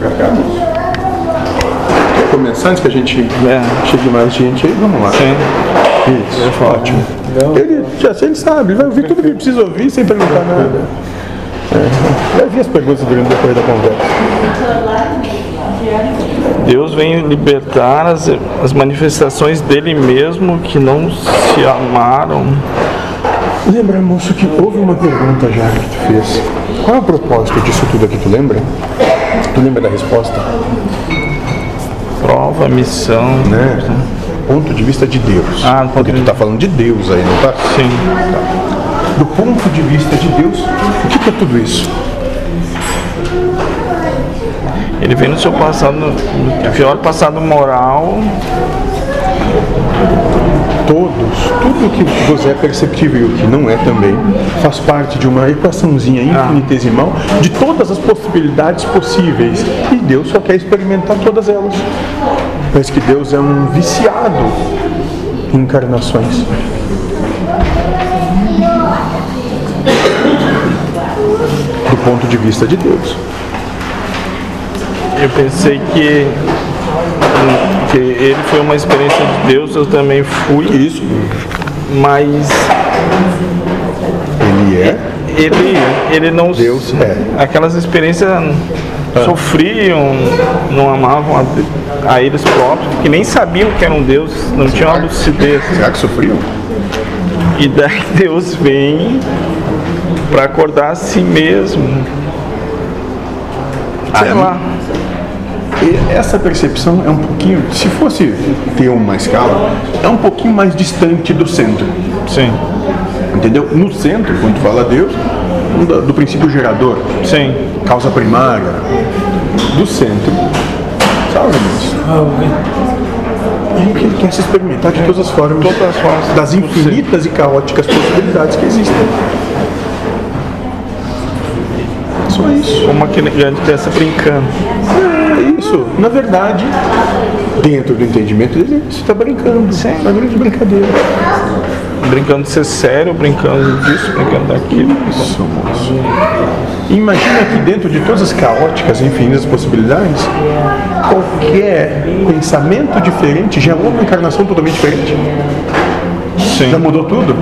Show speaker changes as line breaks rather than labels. mercados. Quer começar antes que a gente
É.
chegue mais gente aí? Vamos lá.
Sim.
Isso, é ótimo. Ele já sei, ele sabe, vai ouvir tudo que ele precisa ouvir sem perguntar nada. É, vai vir as perguntas durante o decorrer da conversa.
Deus vem libertar as, as manifestações dele mesmo que não se amaram.
Lembra, moço, que houve uma pergunta já que tu fez. Qual é o propósito disso tudo aqui, tu lembra? Tu lembra da resposta?
Prova, missão.
Né? Ponto de vista de Deus.
Ah, do ponto
Porque
de
tu tá falando de Deus aí, não tá?
Sim.
Do ponto de vista de Deus, o que que é tudo isso?
Ele vem no seu passado, no pior passado moral.
todos, tudo que vos é perceptível e o que não é também, faz parte de uma equaçãozinha infinitesimal de todas as possibilidades possíveis. E Deus só quer experimentar todas elas. Parece que Deus é um viciado em encarnações. Do ponto de vista de Deus.
Eu pensei que, que ele foi uma experiência de Deus, eu também fui,
Isso,
mas
ele é
ele, ele não.
Deus é.
Aquelas experiências Ah. sofriam, não amavam a, a eles próprios, que nem sabiam que era um Deus, não tinham a lucidez.
Será que sofriam?
E daí Deus vem para acordar a si mesmo. Sei
Aí-
lá.
E essa percepção é um pouquinho, se fosse ter uma escala, é um pouquinho mais distante do centro.
Sim,
Entendeu? No centro, quando fala Deus, um do, do princípio gerador,
sim.
causa primária, do centro. Salve, Deus. É o que ele quer se experimentar de todas as formas,
É. Todas as formas.
das infinitas e caóticas possibilidades que existem. Só isso.
Como aquele grande criança brincando.
É isso. Na verdade, dentro do entendimento dele, você está brincando. É uma grande brincadeira.
Brincando de ser sério, brincando disso, brincando daquilo.
Isso, moço. Imagina que dentro de todas as caóticas e infinitas possibilidades, qualquer pensamento diferente já é uma encarnação totalmente diferente.
Sim.
Já mudou tudo?